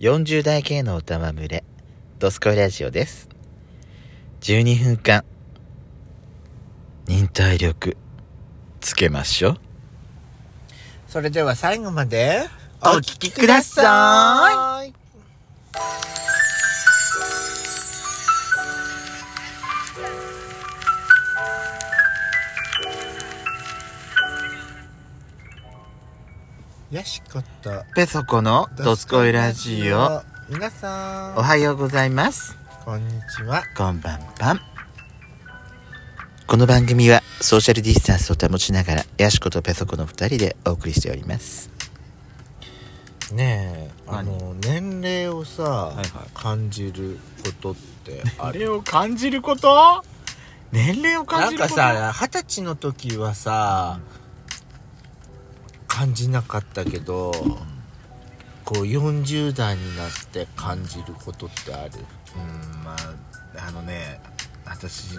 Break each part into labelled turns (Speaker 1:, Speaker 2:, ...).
Speaker 1: 40代系の歌ま群れ、ドスコイラジオです。12分間、忍耐力、つけましょう。
Speaker 2: それでは最後まで
Speaker 1: お聞きくださ
Speaker 2: い。よしこと
Speaker 1: ペソコのドスコイラジオ、。
Speaker 2: 皆さ
Speaker 1: お
Speaker 2: ん、
Speaker 1: はようございます。
Speaker 2: こんにちは。
Speaker 1: こんばんばん。この番組はソーシャルディスタンスを保ちながら、ヤシコとペソコの2人でお送りしております。
Speaker 2: ねえ、
Speaker 1: 何
Speaker 2: あの、年齢をさ、
Speaker 1: いはい
Speaker 2: 感じることってあ
Speaker 1: あ
Speaker 2: る
Speaker 1: れを感じること年齢を
Speaker 2: な
Speaker 1: 感
Speaker 2: ん
Speaker 1: じる
Speaker 2: か
Speaker 1: こと
Speaker 2: さ二十歳の時はさ、感じなかったけど、こう40代になって感じることってある
Speaker 1: うんまああのね私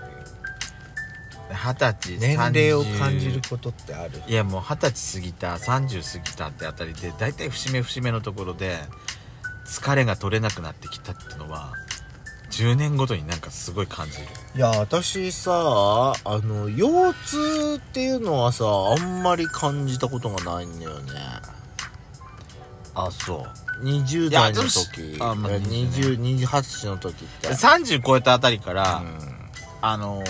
Speaker 1: 二十歳
Speaker 2: 年齢を
Speaker 1: 30
Speaker 2: 感じることってある
Speaker 1: いやもう二十歳過ぎた30過ぎたってあたりで大体節目節目のところで疲れが取れなくなってきたってのは10年ごとになんかすごい感じる
Speaker 2: いや私さあの腰痛っていうのはさあんまり感じたことがないんだよね
Speaker 1: あそう
Speaker 2: 20代の時
Speaker 1: いやでもあまあ
Speaker 2: 20 28歳の時って
Speaker 1: 30超えたあたりから、
Speaker 2: うん
Speaker 1: あのー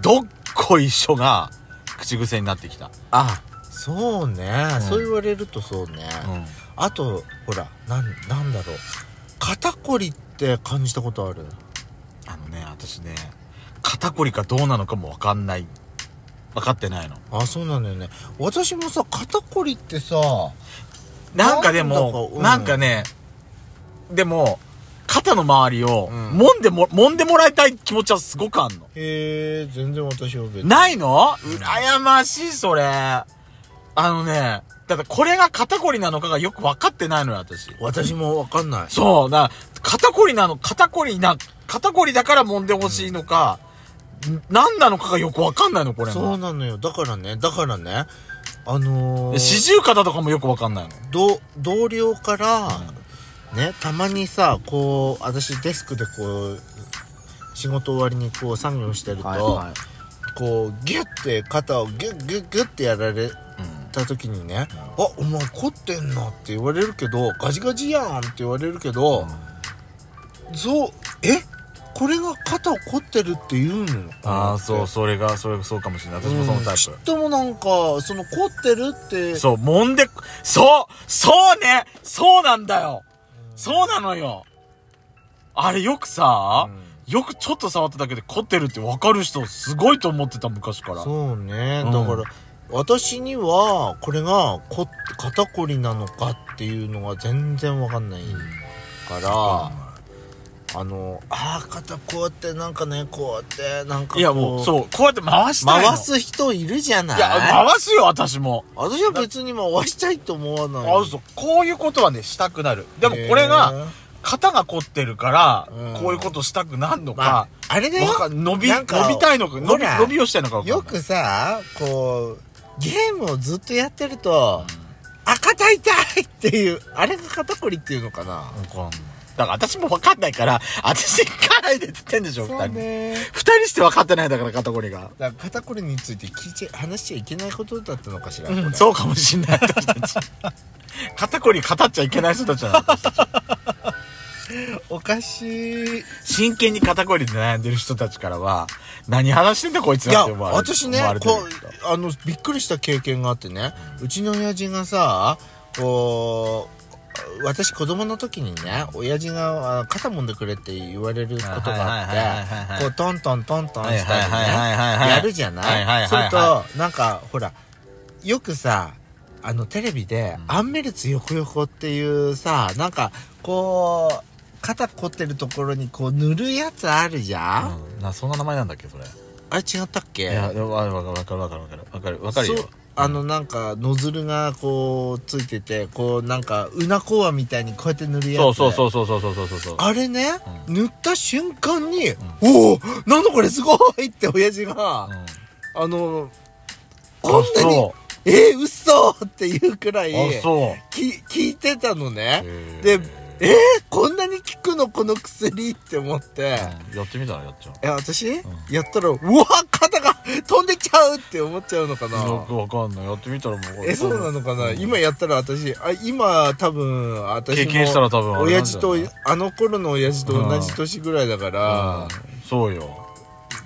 Speaker 1: どっこいしょが口癖になってきた、
Speaker 2: あそうね、
Speaker 1: うん
Speaker 2: そう言われるとそうね、あとほらなんなんだろう肩こりって感じたことある
Speaker 1: あのね私ね肩こりかどうなのかも分かんない分かってないの
Speaker 2: あそうなんだよね私もさ肩こりってさ
Speaker 1: なんかで
Speaker 2: なん
Speaker 1: も
Speaker 2: だかうん
Speaker 1: なんかねでも肩の周りを
Speaker 2: うん
Speaker 1: 揉んでも、揉んでもらいたい気持ちはすごくあんの
Speaker 2: へえ全然私は別に
Speaker 1: ないの羨ましいそれあのねだからこれが肩こりなのかがよく分かってないのよ私
Speaker 2: 私もわかんない
Speaker 1: そうだ肩こりなの肩こりな肩こりだから揉んでほしいのか、ん何なのかがよく分かんないのこれ
Speaker 2: そう
Speaker 1: も
Speaker 2: なのよだからねだからねあのー、
Speaker 1: 四十肩とかもよく分かんないの
Speaker 2: 同同僚から、ねたまにさこう私デスクでこう仕事終わりにこう作業してると、こうギュッて肩をギュッギュッギュッてやられ
Speaker 1: うん
Speaker 2: った時にね「あお前凝ってんな」って言われるけど「ガジガジやん」って言われるけど、そうえこれが肩を凝ってるって言うの
Speaker 1: ああそうそれがそれそうかもしれない私もそのタイ
Speaker 2: ちっ
Speaker 1: プ、
Speaker 2: ともなんかその凝ってるって
Speaker 1: そう揉んでそうそうねそうなんだよそうなのよあれよくさ、よくちょっと触っただけで凝ってるって分かる人すごいと思ってた昔から
Speaker 2: そうね、
Speaker 1: うん
Speaker 2: だから私にはこれが凝って肩こりなのかっていうのが全然わかんないから、あのあー肩こうやってなんかねこうやってなんかこ
Speaker 1: いやもうそうこうやって回したいの
Speaker 2: 回す人いるじゃない
Speaker 1: いや回すよ私も
Speaker 2: 私は別に回したいと思わない
Speaker 1: あそうこういうことはねしたくなるでもこれが肩が凝ってるから、
Speaker 2: うん
Speaker 1: こういうことしたくなるの
Speaker 2: ま
Speaker 1: か,、
Speaker 2: ああれだよ
Speaker 1: 伸び
Speaker 2: な
Speaker 1: 伸
Speaker 2: んか
Speaker 1: びたいのか伸
Speaker 2: ほ
Speaker 1: び
Speaker 2: ら
Speaker 1: 伸びをしたいのかわかんない
Speaker 2: よくさこうゲームをずっとやってると、あ肩痛いっていうあれが肩こりっていうのかな、
Speaker 1: わかんないだから私もわかんないから私行かないでって言ってんでしょ二人
Speaker 2: ね
Speaker 1: 二人して分かってないだから肩こりが、
Speaker 2: だから肩こりについて聞いちゃ話しちゃいけないことだったのかしら、これ
Speaker 1: そうかもしんない私たち肩こり語っちゃいけない人たちなの私たち
Speaker 2: おかしい
Speaker 1: 真剣に肩こりで悩んでる人たちからは何話してんだこいつ
Speaker 2: い
Speaker 1: ら
Speaker 2: や
Speaker 1: って思われる
Speaker 2: 私ね
Speaker 1: 思われてる
Speaker 2: こうあのびっくりした経験があってねうちの親父がさこう私子供の時にね親父があ肩揉んでくれって言われることが
Speaker 1: はいはいはいはいはい
Speaker 2: あ
Speaker 1: は
Speaker 2: っ
Speaker 1: い
Speaker 2: てこうトントントントンし
Speaker 1: はいはいはいはいは
Speaker 2: た
Speaker 1: いは
Speaker 2: り
Speaker 1: い
Speaker 2: ねやるじゃ
Speaker 1: はいは
Speaker 2: な
Speaker 1: いはいはい
Speaker 2: いそれとなんかほらよくさあのテレビで
Speaker 1: う
Speaker 2: 「
Speaker 1: ん
Speaker 2: アンメルツ横横」っていうさなんかこう肩凝ってるところにこう塗るやつあるじゃん、
Speaker 1: うんなそんな名前なんだっけそれい
Speaker 2: あれ違ったっけ
Speaker 1: やでもわわわかるわかるわかるわかるわかる
Speaker 2: そう
Speaker 1: よ
Speaker 2: あのなんかノズルがこうついててこうなんかうなこわみたいにこうやって塗るやつ
Speaker 1: そうそうそううそうそうそうそうそうそう
Speaker 2: あれね、
Speaker 1: う
Speaker 2: 塗った瞬間に「おおなんだこれすごい!」って親父が、
Speaker 1: うん
Speaker 2: あのこ
Speaker 1: あ
Speaker 2: んなに
Speaker 1: そ
Speaker 2: 「えー、嘘っていうくらいう
Speaker 1: あそう
Speaker 2: き聞いてたのね
Speaker 1: へー
Speaker 2: でえー、こんなに効くのこの薬って思って、
Speaker 1: やってみたらやっちゃう
Speaker 2: え私、やったらうわ肩が飛んでっちゃうって思っちゃうのかな
Speaker 1: よくわかんないやってみたらもう
Speaker 2: えそうなのかな、
Speaker 1: うん
Speaker 2: 今やったら私あ今多分私も
Speaker 1: 経験したら多分あれな
Speaker 2: 親
Speaker 1: んじ
Speaker 2: 父
Speaker 1: ゃない
Speaker 2: とあの頃の親父と同じ年ぐらいだから、
Speaker 1: うんそうよ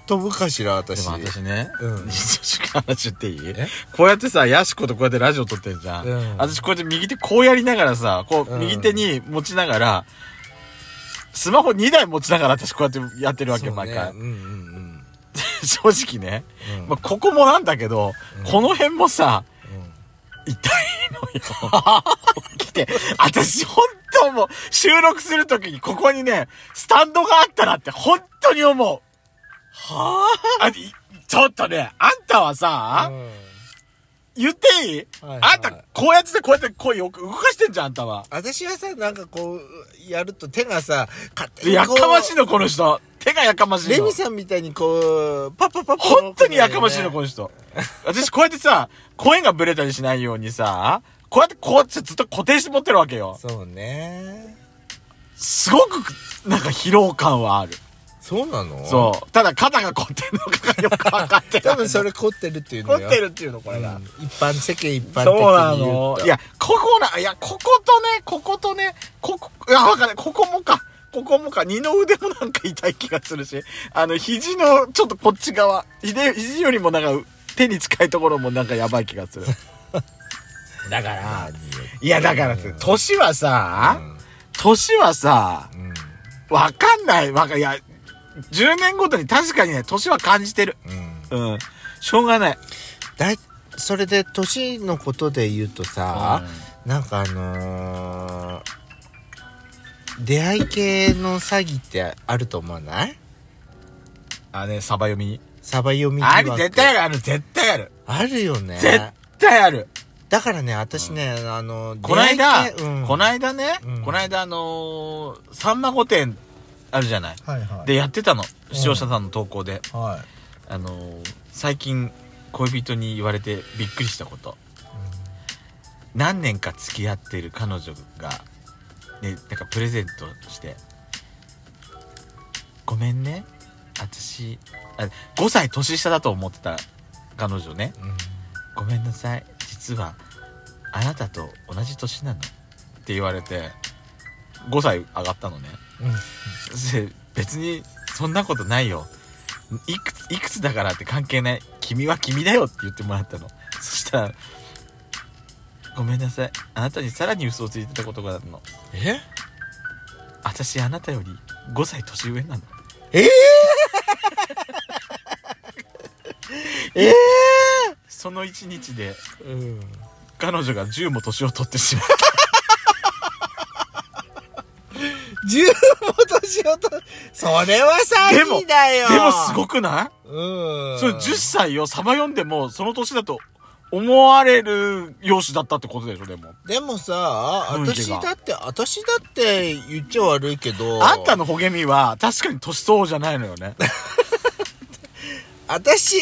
Speaker 2: 飛ぶかしら
Speaker 1: で
Speaker 2: 私
Speaker 1: も私ね
Speaker 2: うん
Speaker 1: ちょっと話言っていい
Speaker 2: え
Speaker 1: こうやってさ、ヤシコとこうやってラジオ撮ってんじゃん。
Speaker 2: うん
Speaker 1: 私こうやって右手こうやりながらさ、こ
Speaker 2: う
Speaker 1: うん右手に持ちながら、スマホ2台持ちながら私こうやってやってるわけよ、
Speaker 2: そう
Speaker 1: 毎
Speaker 2: ね
Speaker 1: 回
Speaker 2: う。んうんうん
Speaker 1: 正直ね。
Speaker 2: うん
Speaker 1: まあ、ここもなんだけど、この辺もさ、痛いのよ。 来て、私本当もう収録するときにここにね、スタンドがあったらって本当に思う。はぁあいちょっとね、あんたはさ、
Speaker 2: うんうん
Speaker 1: 言っていい、
Speaker 2: はいはい
Speaker 1: あんた、こうやっててこうやって声よく動かしてんじゃん、あんたは。
Speaker 2: 私はさなんかこうやると手がさ勝手に
Speaker 1: や
Speaker 2: こう
Speaker 1: かましいの、この人。手がやかましいの。
Speaker 2: レミさんみたいにこうパッパッパッパ
Speaker 1: 本当にやかましいの、こ
Speaker 2: こ
Speaker 1: の人。私、こうやってさ、声がブレたりしないようにさ、こうやってこうやってずっと固定して持ってるわけよ。
Speaker 2: そうね
Speaker 1: すごく、なんか疲労感はある。
Speaker 2: そうなの
Speaker 1: そう。ただ、肩が凝ってんのかがよくわかってな い
Speaker 2: 多分それ凝ってるっていう
Speaker 1: 凝
Speaker 2: の
Speaker 1: ってるっていうの、これが。
Speaker 2: うん一般世間一般的
Speaker 1: そうな
Speaker 2: に言う
Speaker 1: の
Speaker 2: と
Speaker 1: いや、ここな、いや、こことね、こことね、ここ、いや、わかんない。ここもか。ここもか。二の腕もなんか痛い気がするし。あの、肘の、ちょっとこっち側。肘肘よりもなんか、手に近いところもなんかやばい気がする。だから、いや、だからって、年はさ、年はさ、
Speaker 2: うん
Speaker 1: わかんない。わか、いや、10年ごとに確かにね、年は感じてる。
Speaker 2: うん
Speaker 1: うん。しょうがない。
Speaker 2: だいそれで年のことで言うとさ、なんかあのー出会い系の詐欺ってあると思わない
Speaker 1: あ、ね、サバ読み。
Speaker 2: サバ読み疑惑
Speaker 1: あれ、絶対やる。あれ、絶対やる。
Speaker 2: あるよね
Speaker 1: 絶対ある。
Speaker 2: だからね私ね、あの
Speaker 1: こないだ、
Speaker 2: 出会い系うん、
Speaker 1: こないだね、
Speaker 2: うん
Speaker 1: こないだあのー、さんま御殿あるじゃない。
Speaker 2: はいはい
Speaker 1: で、やってたの。
Speaker 2: ん
Speaker 1: 視聴者さんの投稿で。
Speaker 2: はい
Speaker 1: あのー、最近、恋人に言われてびっくりしたこと。何年か付き合ってる彼女が、ね、なんかプレゼントして、ごめんね、私、あ5歳年下だと思ってた彼女ね。
Speaker 2: うん
Speaker 1: ごめんなさい実はあなたと同じ年なのって言われて5歳上がったのね
Speaker 2: うん
Speaker 1: で 別にそんなことないよいくついくつだからって関係ない君は君だよって言ってもらったのそしたらごめんなさいあなたにさらに嘘をついてたことがあるの
Speaker 2: え
Speaker 1: 私あなたより5歳年上なの
Speaker 2: えええ
Speaker 1: その1日で
Speaker 2: え うん
Speaker 1: 彼女が10も年を取ってしまう
Speaker 2: 十も年をと、それは詐欺だよ。
Speaker 1: でもすごくない
Speaker 2: うん。
Speaker 1: それ10歳をさまよんでも、その年だと思われる容姿だったってことでしょ、でも。
Speaker 2: でもさ、
Speaker 1: 雰囲気
Speaker 2: 私
Speaker 1: が
Speaker 2: だって、私だって言っちゃ悪いけど。
Speaker 1: あんたのほげみは、確かに年相応じゃないのよ ね。
Speaker 2: 私、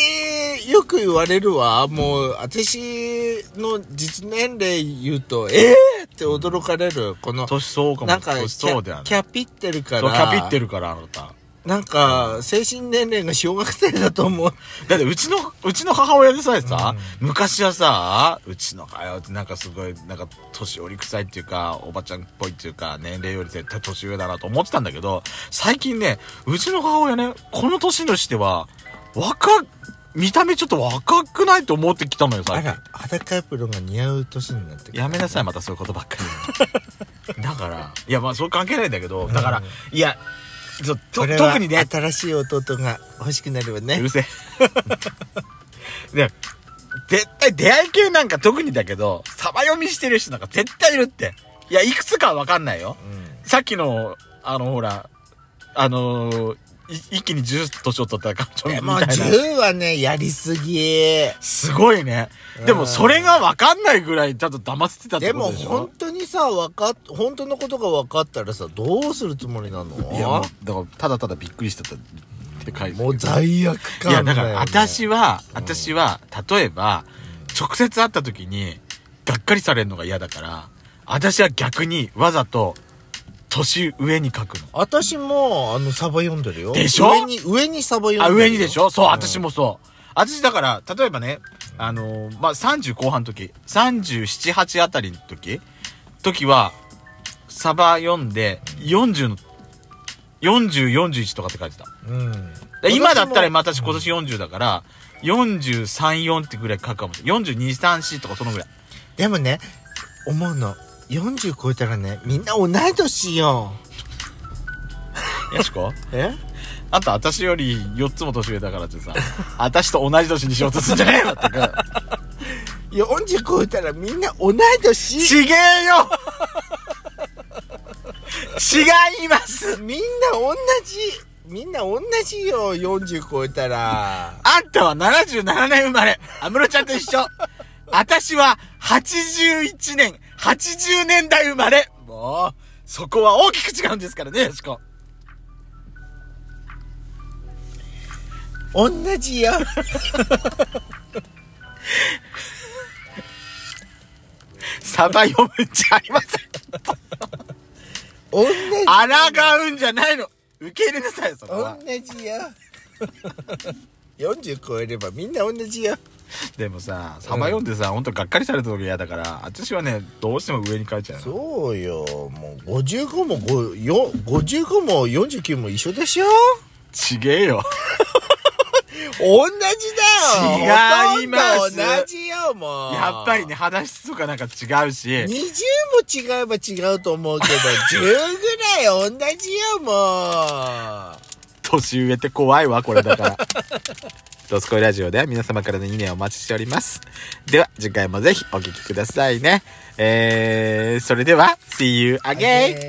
Speaker 2: よく言われるわ。もう、私の実年齢言うと、ええって驚かれる。この、
Speaker 1: 年相応かも。
Speaker 2: なんか、キ
Speaker 1: 年相応では
Speaker 2: ャ
Speaker 1: ない。
Speaker 2: キャピってるから。
Speaker 1: そう、キャピってるから、あなた。
Speaker 2: なんか、精神年齢が小学生だと思う。
Speaker 1: だって、うちの、うちの母親でさえさ、昔はさ、うちの母親ってなんかすごい、なんか、年寄り臭いっていうか、おばちゃんっぽいっていうか、年齢より絶対年上だなと思ってたんだけど、最近ね、うちの母親ね、この年にしては、若、見た目ちょっと若くないと思ってきたのよ、
Speaker 2: あ
Speaker 1: 最近
Speaker 2: ら。、裸エプロンが似合う年になってきた
Speaker 1: やめなさい、またそういうことばっかり。 だから、いや、まあ、そう関係ないんだけど、だから、いや、ちょと
Speaker 2: これは
Speaker 1: 特にね、
Speaker 2: 新しい弟が欲しくなるわ
Speaker 1: う
Speaker 2: ね
Speaker 1: るせえ。ね、絶対出会い系なんか特にだけど、サバ読みしてる人なんか絶対いるって。いや、いくつかはわかんないよ。さっきの、あの、ほら、あのーい一気に10年を取った
Speaker 2: うんい
Speaker 1: 彼
Speaker 2: や
Speaker 1: 女
Speaker 2: もう
Speaker 1: みたいな。
Speaker 2: 10はねやりすぎ
Speaker 1: すごいね。でも、それがわかんないぐらい、ちゃんと騙せてたって
Speaker 2: で
Speaker 1: こ
Speaker 2: も
Speaker 1: とでしょ
Speaker 2: 本当にさわかっ本当のことが分かったらさどうするつもりなの
Speaker 1: いや、もうだから、ただただびっくりしてたって書いて
Speaker 2: もう罪悪
Speaker 1: いや、
Speaker 2: 感だ
Speaker 1: だか
Speaker 2: よ、ね、
Speaker 1: ら、私は、私は、例えば、直接会った時に、がっかりされるのが嫌だから、私は逆に、わざと、年上に書くの。
Speaker 2: 私も、あの、サバ読んでるよ。
Speaker 1: でしょ
Speaker 2: 上に、上にサバ読んでるよ。
Speaker 1: あ、上にでしょそう、
Speaker 2: ん
Speaker 1: 私。もそう。私だから、例えばね、あのーまあ、30後半の時、37、8あたりの時、時は、サバ読んで、40の、40、41とかって書いてた。
Speaker 2: うん。
Speaker 1: で今だった
Speaker 2: 私
Speaker 1: ら、
Speaker 2: も
Speaker 1: まあ私今年40だから、43、4ってぐらい書くかもしれない。42、3、4とかそのぐらい。
Speaker 2: でもね、思うの。40超えたらね、みんな同い年よ。
Speaker 1: よしこ
Speaker 2: え
Speaker 1: あんた私より4つも年上だからってさ、 私と同じ年にしようとするんじゃねえよとか。
Speaker 2: 40超えたらみんな同い年
Speaker 1: ちげえよ違います
Speaker 2: みんな同じみんな同じよ40超えたら
Speaker 1: あんたは77年生まれ。安室ちゃんと一緒。私は81年、80年代生まれ。もう、そこは大きく違うんですからね、よしこ。
Speaker 2: 同じよ
Speaker 1: サバ読むんじゃありません。
Speaker 2: 同じ
Speaker 1: 抗うんじゃないの。受け入れなさいよ、そこは
Speaker 2: 同。じよ40超えればみんな同じよ
Speaker 1: でもさ、サバ読んでさ、ほんとがっかりされた時嫌だから、私はね、どうしても上に書いちゃうの。
Speaker 2: そうよもう55も5よ55も49も一緒でしょ
Speaker 1: ちげえよ。
Speaker 2: 同じだよ
Speaker 1: 違います
Speaker 2: ほとんど同じよもう
Speaker 1: やっぱりね、肌質とかなんか違うし。
Speaker 2: 20も違えば違うと思うけど、10ぐらい同じよ、も
Speaker 1: 年上って怖いわこれだから「 ドスコイラジオ」では皆様からのいいねをお待ちしておりますでは次回もぜひお聴きくださいねえー、それでは See you
Speaker 2: う。
Speaker 1: again!